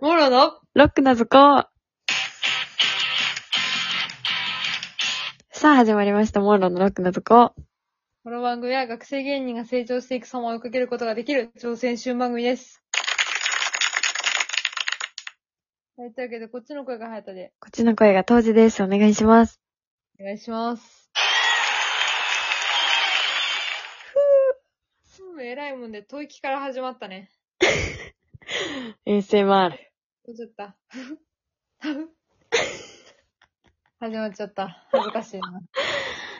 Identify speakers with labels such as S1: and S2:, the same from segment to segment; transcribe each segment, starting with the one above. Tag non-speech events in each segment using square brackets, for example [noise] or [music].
S1: モロの
S2: ロックな図工。さあ、始まりました。モーロのロックな図工。
S1: この番組は学生芸人が成長していく様を追いかけることができる挑戦集番組です。はい、というわけで、こっちの声が早田で、
S2: こっちの声が当時です。お願いします。
S1: お願いします。ふぅ。えらいもんで、吐息から始まったね。
S2: ASMR。
S1: どうちゃった。始まっちゃった。恥ずかしいな。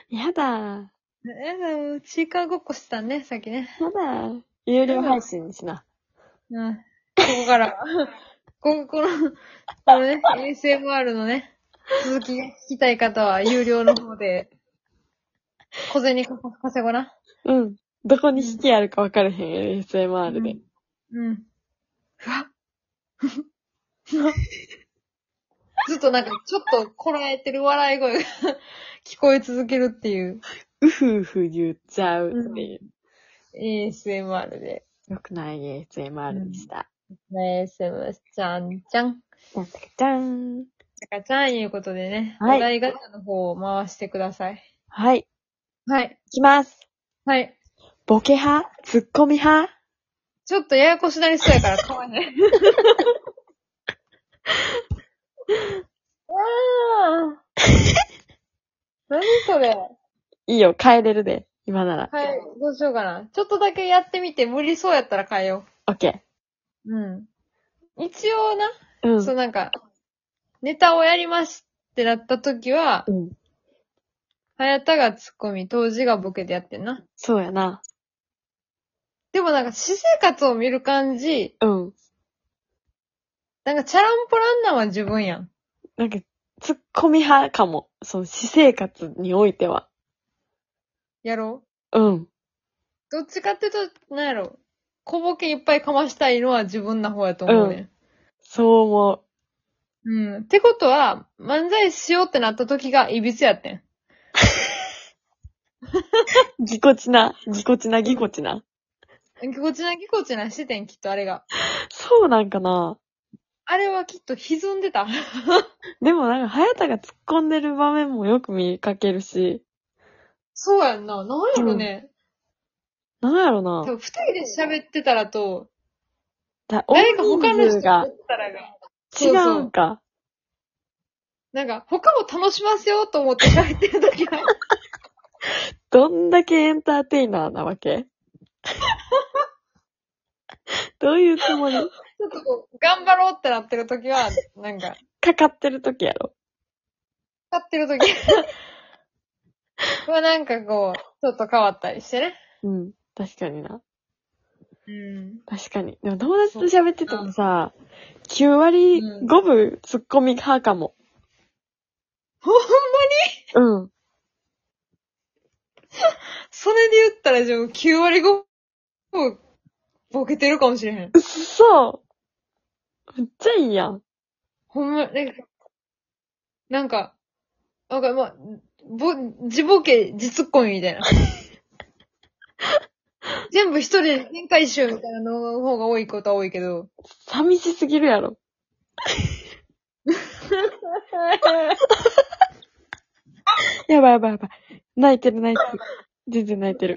S2: やだ
S1: え、でも、チーカーごっこしてたね、さっきね。
S2: ー。やだー。有料配信にしな。
S1: うん。ここから、ここ、この、このね、ASMR のね、続きが聞きたい方は、有料の方で、小銭か稼ごな。
S2: うん。どこに引きあるか分からへん。ASMR で。
S1: うん。ふわっ。ふわっずっとなんか、ちょっとこらえてる笑い声が [laughs] 聞こえ続けるっていう、
S2: うふうふ言っちゃうっていう。
S1: ASMR で、
S2: よくない ASMR でした。
S1: ASMR、ちゃんちゃん。
S2: じゃんたかじゃーん。
S1: ちゃかちゃんいうことでね、
S2: はい
S1: お題ガチャの方を回してください。
S2: はい。い
S1: はい。
S2: きます。
S1: はい。
S2: ボケ派ツッコミ派
S1: ちょっとややこしなりそうやから買 [laughs] わへん。ああ。何それ。
S2: いいよ、変えれるで。今なら。
S1: はい、どうしようかな。ちょっとだけやってみて、無理そうやったら変えよ
S2: オッケ
S1: う。うん。一応な、
S2: ー。うん
S1: そうなんか、ネタをやりますってなった時は。、
S2: うん。
S1: 早田がツッコミ、当時がボケでやってんな。
S2: そうやな。
S1: でもなんか、私生活を見る感じ、
S2: うん。
S1: なんか、チャランポランナは自分やん。
S2: なんか、ツッコミ派かも。その、私生活においては。
S1: やろう
S2: うん。
S1: どっちかっていうと、なんやろ。小ボケいっぱいかましたいのは自分な方やと思うね。
S2: そう思
S1: うん。ってことは、漫才しようってなった時がいびつやってん。
S2: う。ぎこちな、ぎこちな、ぎこちな。
S1: ぎこちなぎこちなしててん、きっとあれが。
S2: そうなんかな
S1: あれはきっと歪んでた。
S2: でもなんか、早田が突っ込んでる場面もよく見かけるし、
S1: そうやんな。なんやろね。
S2: なんやろ
S1: 多
S2: な
S1: 分二人で喋ってたらと、
S2: だ
S1: 誰か他の
S2: 大
S1: 人
S2: 人数
S1: とや
S2: が
S1: ったらが。
S2: 違
S1: そうそう
S2: うんか。
S1: なんか、他を楽しませようと思って喋ってる時が。
S2: どんだけエンターテイナーなわ
S1: [laughs]
S2: けどういうつもり
S1: ちょっとこう、頑張ろうってなってる時は、なんか、
S2: かかってる時やろ。
S1: 使ってる時はなんかこう、ちょっと変わったりしてね。
S2: うん。確かにな。
S1: うん。
S2: 確かに。でも友達と喋っててもさ、9割5分突っ込み派かも。
S1: ほんま
S2: うん。
S1: それで言ったら、じゃあ9割5分、ボケてるかもしれへん。
S2: そう。めっちゃいいやん。
S1: ほんま、なんか、なんか、なんかまあ、ぼ、自ボケ、自ツッコミみたいな。全部一人で展開集みたいなの方が多いことは多いけど。
S2: 寂しすぎるやろ。やばいやばいやばい。泣いてる泣いてる。全然泣いてる。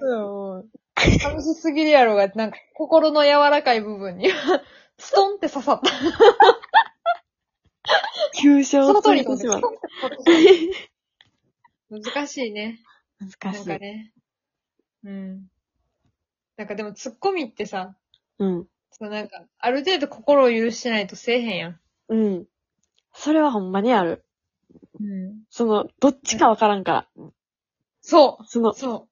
S1: 寂しすぎるやろが、なんか、心の柔らかい部分に、 [laughs] ストンって刺さった。
S2: 急所
S1: そ
S2: を
S1: の
S2: つ
S1: 通
S2: い
S1: りの
S2: てしまう。
S1: 難しいね。
S2: 難
S1: なん
S2: し
S1: か
S2: い。
S1: ね。うん。なんかでも、ツッコミってさ、
S2: うん。
S1: そうなんか、ある程度心を許してないとせえへんやん。
S2: うん。それはほんまにある。
S1: うん。
S2: その、どっちかわからんから。
S1: そ
S2: その
S1: う。、そ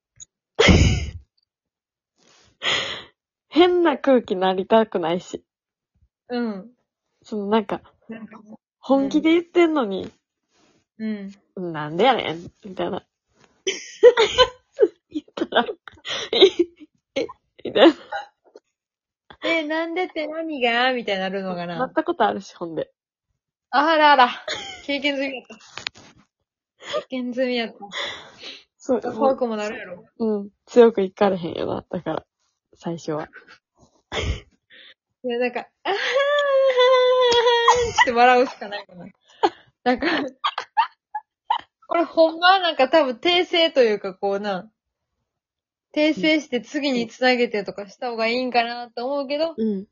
S2: 変な空気なりたくないし。
S1: う。うん。
S2: そのなんか、
S1: なんかも
S2: 本気で言ってんのに、
S1: う、うん。
S2: なんでやねんみたい [laughs] な。言ったら、え、え、みたい
S1: え、なんでって何がみたいになるのか
S2: な。な
S1: な
S2: [laughs] っ。たことあるし、ほんで。
S1: あらあら。経験済みやった。経験済みやっ
S2: そう
S1: た。怖くもなるやろ。
S2: うん。強くいかれへんよな、だから、最初は。
S1: いや、なんか、あーして笑うしかないかな。なんか、これほんまはなんか多分訂正というかこうな、訂正して次につなげてとかした方がいいんかなと思うけど、
S2: うん。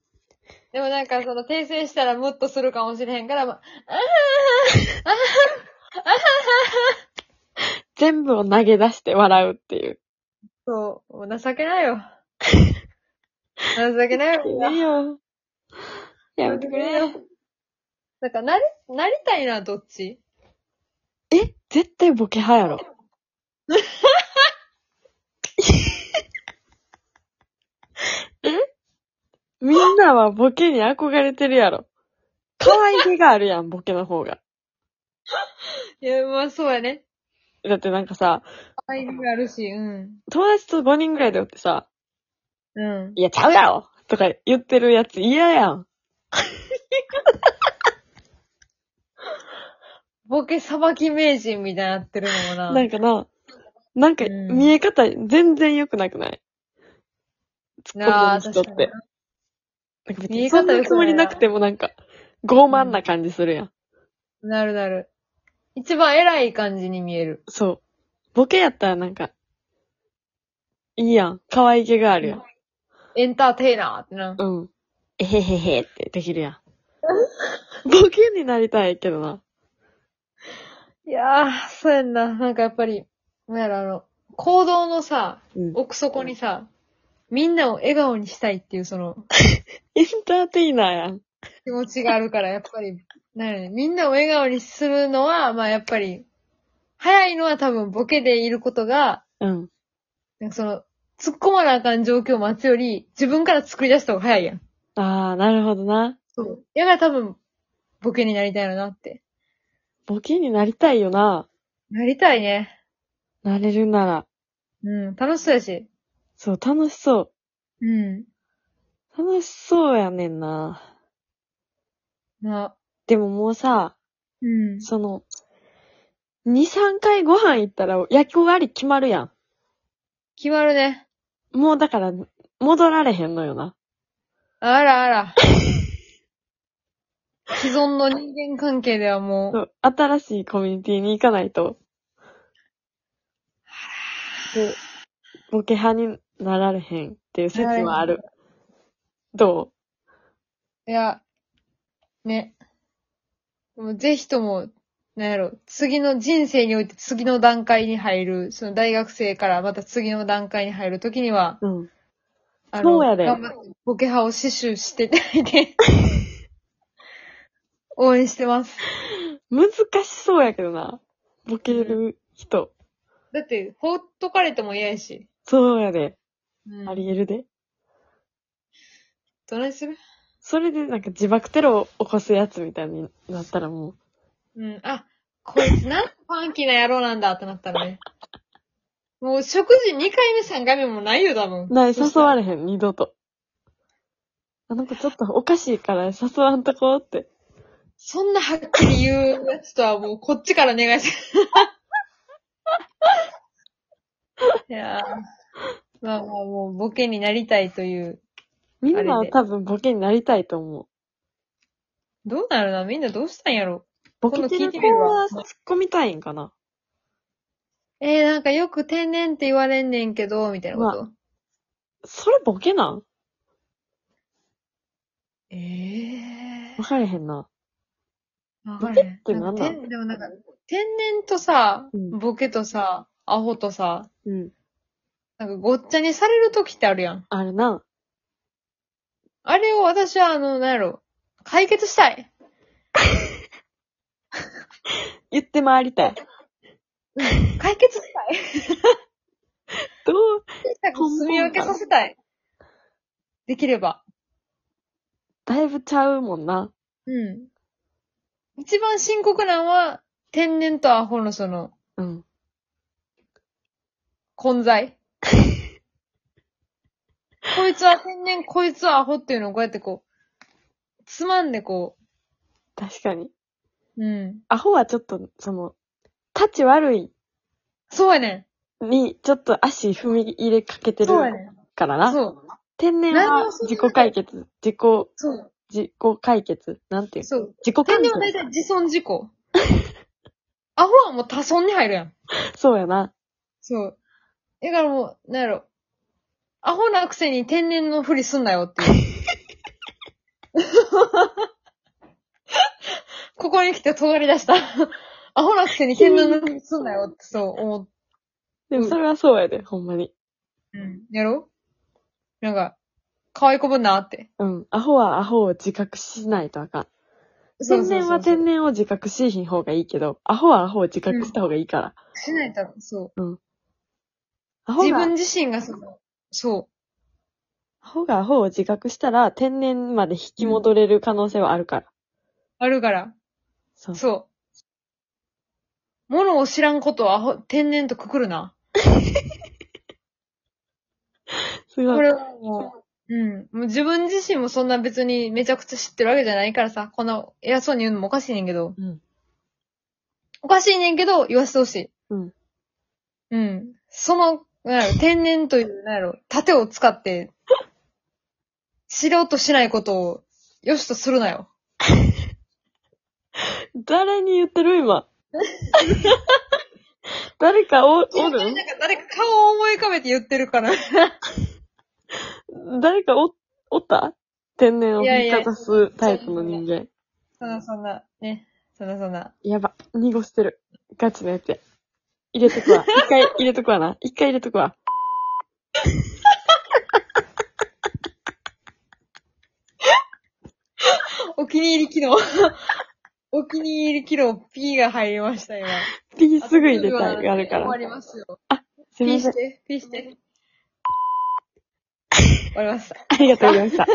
S1: でもなんかその訂正したらムッとするかもしれへんから、まあ、
S2: 全部を投げ出して笑うっていう。
S1: そう、もう情けないよ。情けない
S2: [laughs]
S1: よ。
S2: いいよ。やめてくれよ。
S1: なんか、なり、なりたいな、どっち
S2: え絶対ボケ派や [laughs] ろ。えみんなはボケに憧れてるやろ。可愛げがあるやん、ボケの方が。
S1: いや、まあ、そうやね。
S2: だってなんかさ、
S1: 愛があるし、うん。
S2: 友達と5人ぐらいでおってさ、
S1: うん。
S2: いや、ちゃうやろとか言ってるやつ嫌やん。
S1: ボケさばき名人みたいになってるのもな。
S2: なんかな、なんか
S1: うん
S2: 見え方全然良くなくない突っ
S1: な
S2: 込
S1: あ
S2: む人っ
S1: 確かに。
S2: てなんか別
S1: 見え
S2: に
S1: 方
S2: そんなつもりなくてもなんか、傲慢な感じするやん。
S1: なるなる。一番偉い感じに見える。
S2: そう。ボケやったらなんか、いいやん。可愛げがあるやん。
S1: エンターテイナーってな。
S2: うん。えへへへってできるやん。ボケになりたいけどな。
S1: いやー、そうやんな。なんかやっぱり、なんやろ、あの、行動のさ、
S2: うん。
S1: 奥底にさ、みんなを笑顔にしたいっていうその、
S2: エンターテイナーやん。
S1: 気持ちがあるから、やっぱり、なんやろね、みんなを笑顔にするのは、まあやっぱり、早いのは多分ボケでいることが、
S2: うん。
S1: なんかその、突っ込まなあかん状況を待つより、自分から作り出した方が早いやん。
S2: あー、なるほどな。
S1: そう。やから多分、ボケになりたいのなって。
S2: ボケになりたいよな。
S1: なりたいね。
S2: なれるなら。
S1: うん、楽しそうやし。
S2: そう、楽しそ
S1: うん。
S2: う。楽しそうやねんな。
S1: な、
S2: でももうさ、
S1: うん。
S2: その、2、3回ご飯行ったら役割決まるや
S1: 決まるね。
S2: ん。もうだから、戻られへんのよな。
S1: あらあら。既存の人間関係ではも、
S2: そうう、新しいコミュニティに行かないと。で、ボケ派になられへんっていう説はある。ど
S1: いや、ね。もうぜひとも、なんやろ、次の人生において次の段階に入る、その大学生からまた次の段階に入るときには、
S2: ううん。
S1: あ
S2: そうやで
S1: 頑張ってボケ派を死守していただい [laughs] て、応援してます。
S2: 難しそうやけどな。ボケる人。
S1: だって、放っとかれても嫌やし。
S2: そうやで。
S1: うん
S2: ありえるで。
S1: どないする
S2: それでなんか自爆テロを起こすやつみたいになったらもう、
S1: うん。あ、こいつなんてファンキーな野郎なんだってなったらね。もう食事2回目3回目もないよ、多分。
S2: ない、
S1: そ
S2: 誘
S1: したら
S2: われへん、二度と。あの子ちょっとおかしいから誘わんとこって。
S1: そんなはっきり言うやつとはもうこっちから願いす [laughs] る。いやー。まあまあもうボケになりたいという。
S2: みんな
S1: あ
S2: は
S1: れで
S2: 多分ボケになりたいと思う。
S1: どうなるなみんなどうしたんやろ
S2: ボケてる子は突っ込みたいんかな。
S1: えー、なんかよく天然って言われんねんけど、みたいなこと。
S2: それボケなん
S1: ええ
S2: わかれへんな。
S1: ー。わかるね。
S2: ボケって何なん
S1: か天でもなんか、天然とさ、
S2: うん
S1: ボケとさ、アホとさ、
S2: うん。
S1: なんかごっちゃにされる時ってあるやん。
S2: あれな。
S1: あれを私はあの、なんやろ、解決したい。
S2: 言って回りたい。
S1: 解決したい。
S2: どう
S1: 住み分けさせたい。できれば。
S2: だいぶちゃうもんな。
S1: うん。一番深刻なのは、天然とアホのその、
S2: うん。
S1: 混 [laughs] 在。こいつは天然、こいつはアホっていうのをこうやってこう、つまんでこ
S2: 確かに。
S1: う、うん。
S2: アホはちょっと、その、立ち悪い
S1: そうやね
S2: に、ちょっと足踏み入れかけ
S1: ん。
S2: てる
S1: そうやねん。
S2: からな。
S1: そう。
S2: 天然
S1: 何
S2: は
S1: もそんな
S2: 自己解決、自己
S1: そう。
S2: 自己解決なんていう
S1: そう。
S2: 自己
S1: 天
S2: 完
S1: 然は大
S2: 結
S1: 体自損事 [laughs] 故。アホはもう多損に入るやん。
S2: そうやな。
S1: そう。だからもう、なんやろ。アホなくせに天然のふりすんなよっていう。
S2: [laughs]
S1: ここに来て尖り出した。アホなくせに天然のふりすんなよってそう思っ
S2: でもそれはそうやで、ほんまに。
S1: うん。やろなんか、可愛いこぶんなって。
S2: うん。アホはアホを自覚しないとあかん。
S1: そうそう
S2: 天
S1: そう
S2: 然
S1: そう
S2: は天然を自覚しひん方がいいけど、アホはアホを自覚した方がいいから。
S1: しないと、そ
S2: ア
S1: う。
S2: ホ
S1: 自
S2: が
S1: 分、自身がその、そ
S2: アホがアホを自覚したら、天然まで引き戻れる可能性はあるから。
S1: う。あるから。
S2: そう。
S1: そう。ものを知らんことをアホ、天然とくくるな。
S2: すご
S1: こ
S2: い。
S1: れはもう、うん。もう自分自身もそんな別にめちゃくちゃ知ってるわけじゃないからさ、こんな偉そうに言うのもおかしいねんけど。
S2: うん。
S1: おかしいねんけど、言わせてほしい。
S2: うん。
S1: うん。その、なんやろ、天然という、なんやろ、盾を使って、知ろうとしないことを、よしとするなよ。
S2: 誰に言ってる
S1: [laughs]
S2: 今。誰かお、
S1: な
S2: お
S1: ん
S2: る
S1: か誰か顔を思い浮かべて言ってるから。
S2: 誰かお、おった天然を振りかざすタイプの人間。
S1: そんなそんな、ね。そんなそんな。
S2: やば。濁してる。ガチのやつや。入れとく
S1: [laughs]
S2: わ。一回入れとくわな。一回入れとくわ。
S1: お気に入り [laughs] 機能。お気に入り機能 P が入りました、今。
S2: ピ [laughs] ーすぐ入れたいがあるか
S1: 終
S2: ら
S1: わ。りますよ。
S2: す
S1: ピ
S2: いま
S1: ー
S2: せん
S1: し。
S2: [laughs]
S1: て、ピーして。終わりました。
S2: ありがとうございました。